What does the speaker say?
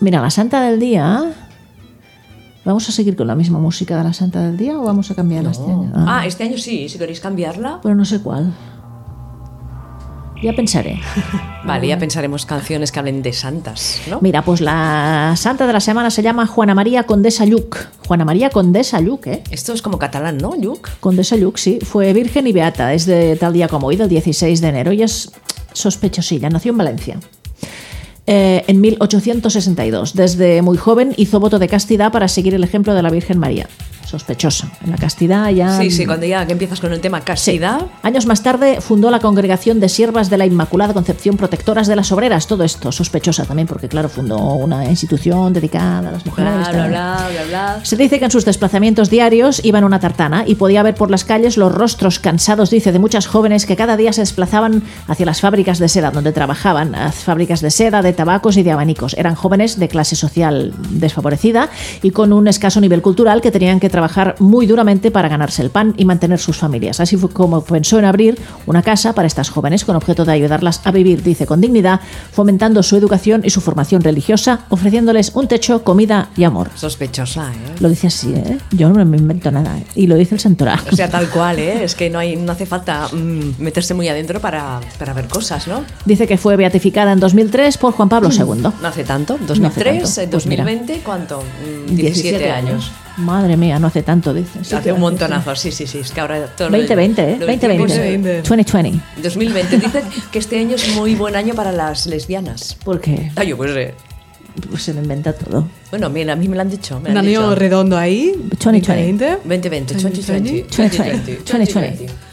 Mira, la santa del día. ¿Vamos a seguir con la misma música de la santa del día o vamos a cambiarla este año? Ah, Ah, este año sí, si queréis cambiarla. pero no sé cuál. Ya pensaré. Vale, ya pensaremos canciones que hablen de santas, ¿no? Mira, pues la santa de la semana se llama Juana María Condesa Lluc. Juana María Condesa Lluc, ¿eh? Esto es como catalán, ¿no, Luke? Condesa Lluc, sí. Fue virgen y beata. Es de tal día como hoy, del 16 de enero. Y es sospechosilla. Nació en Valencia. Eh, en 1862. Desde muy joven hizo voto de castidad para seguir el ejemplo de la Virgen María. Sospechosa. En la castidad ya. Sí, sí, cuando ya que empiezas con el tema castidad. Años más tarde fundó la Congregación de Siervas de la Inmaculada Concepción Protectoras de las Obreras. Todo esto sospechosa también, porque claro, fundó una institución dedicada a las Bla, mujeres. bla, tal. bla, bla, bla. Se dice que en sus desplazamientos diarios iba en una tartana y podía ver por las calles los rostros cansados, dice, de muchas jóvenes que cada día se desplazaban hacia las fábricas de seda donde trabajaban, a fábricas de seda, de tabacos y de abanicos. Eran jóvenes de clase social desfavorecida y con un escaso nivel cultural que tenían que trabajar muy duramente para ganarse el pan y mantener sus familias. Así fue como pensó en abrir una casa para estas jóvenes con objeto de ayudarlas a vivir, dice, con dignidad, fomentando su educación y su formación religiosa, ofreciéndoles un techo, comida y amor. Sospechosa, ¿eh? Lo dice así, ¿eh? Yo no me invento nada. ¿eh? Y lo dice el santoral. O sea, tal cual, ¿eh? Es que no, hay, no hace falta mm, meterse muy adentro para, para ver cosas, ¿no? Dice que fue beatificada en 2003 por Juan Mm. Pablo II. No hace tanto, No hace 2003, tanto. eh, Pues mira. 2020, ¿cuánto? Mm, 17 años. Madre mía, no hace tanto, dice. Sí, hace un montonazo, sí, sí, sí. Es que ahora todo lo- 2020, ¿eh? lo Pues 2020. 2020. 2020. Dicen que este año es muy buen año para las lesbianas. Porque Ah, yo pues eh, pues, se lo inventa todo. Bueno, mira, a mí me lo han dicho. Me Un lo han dicho. año redondo ahí. 2020. 2020. 2020, 2020, 2020, 2020.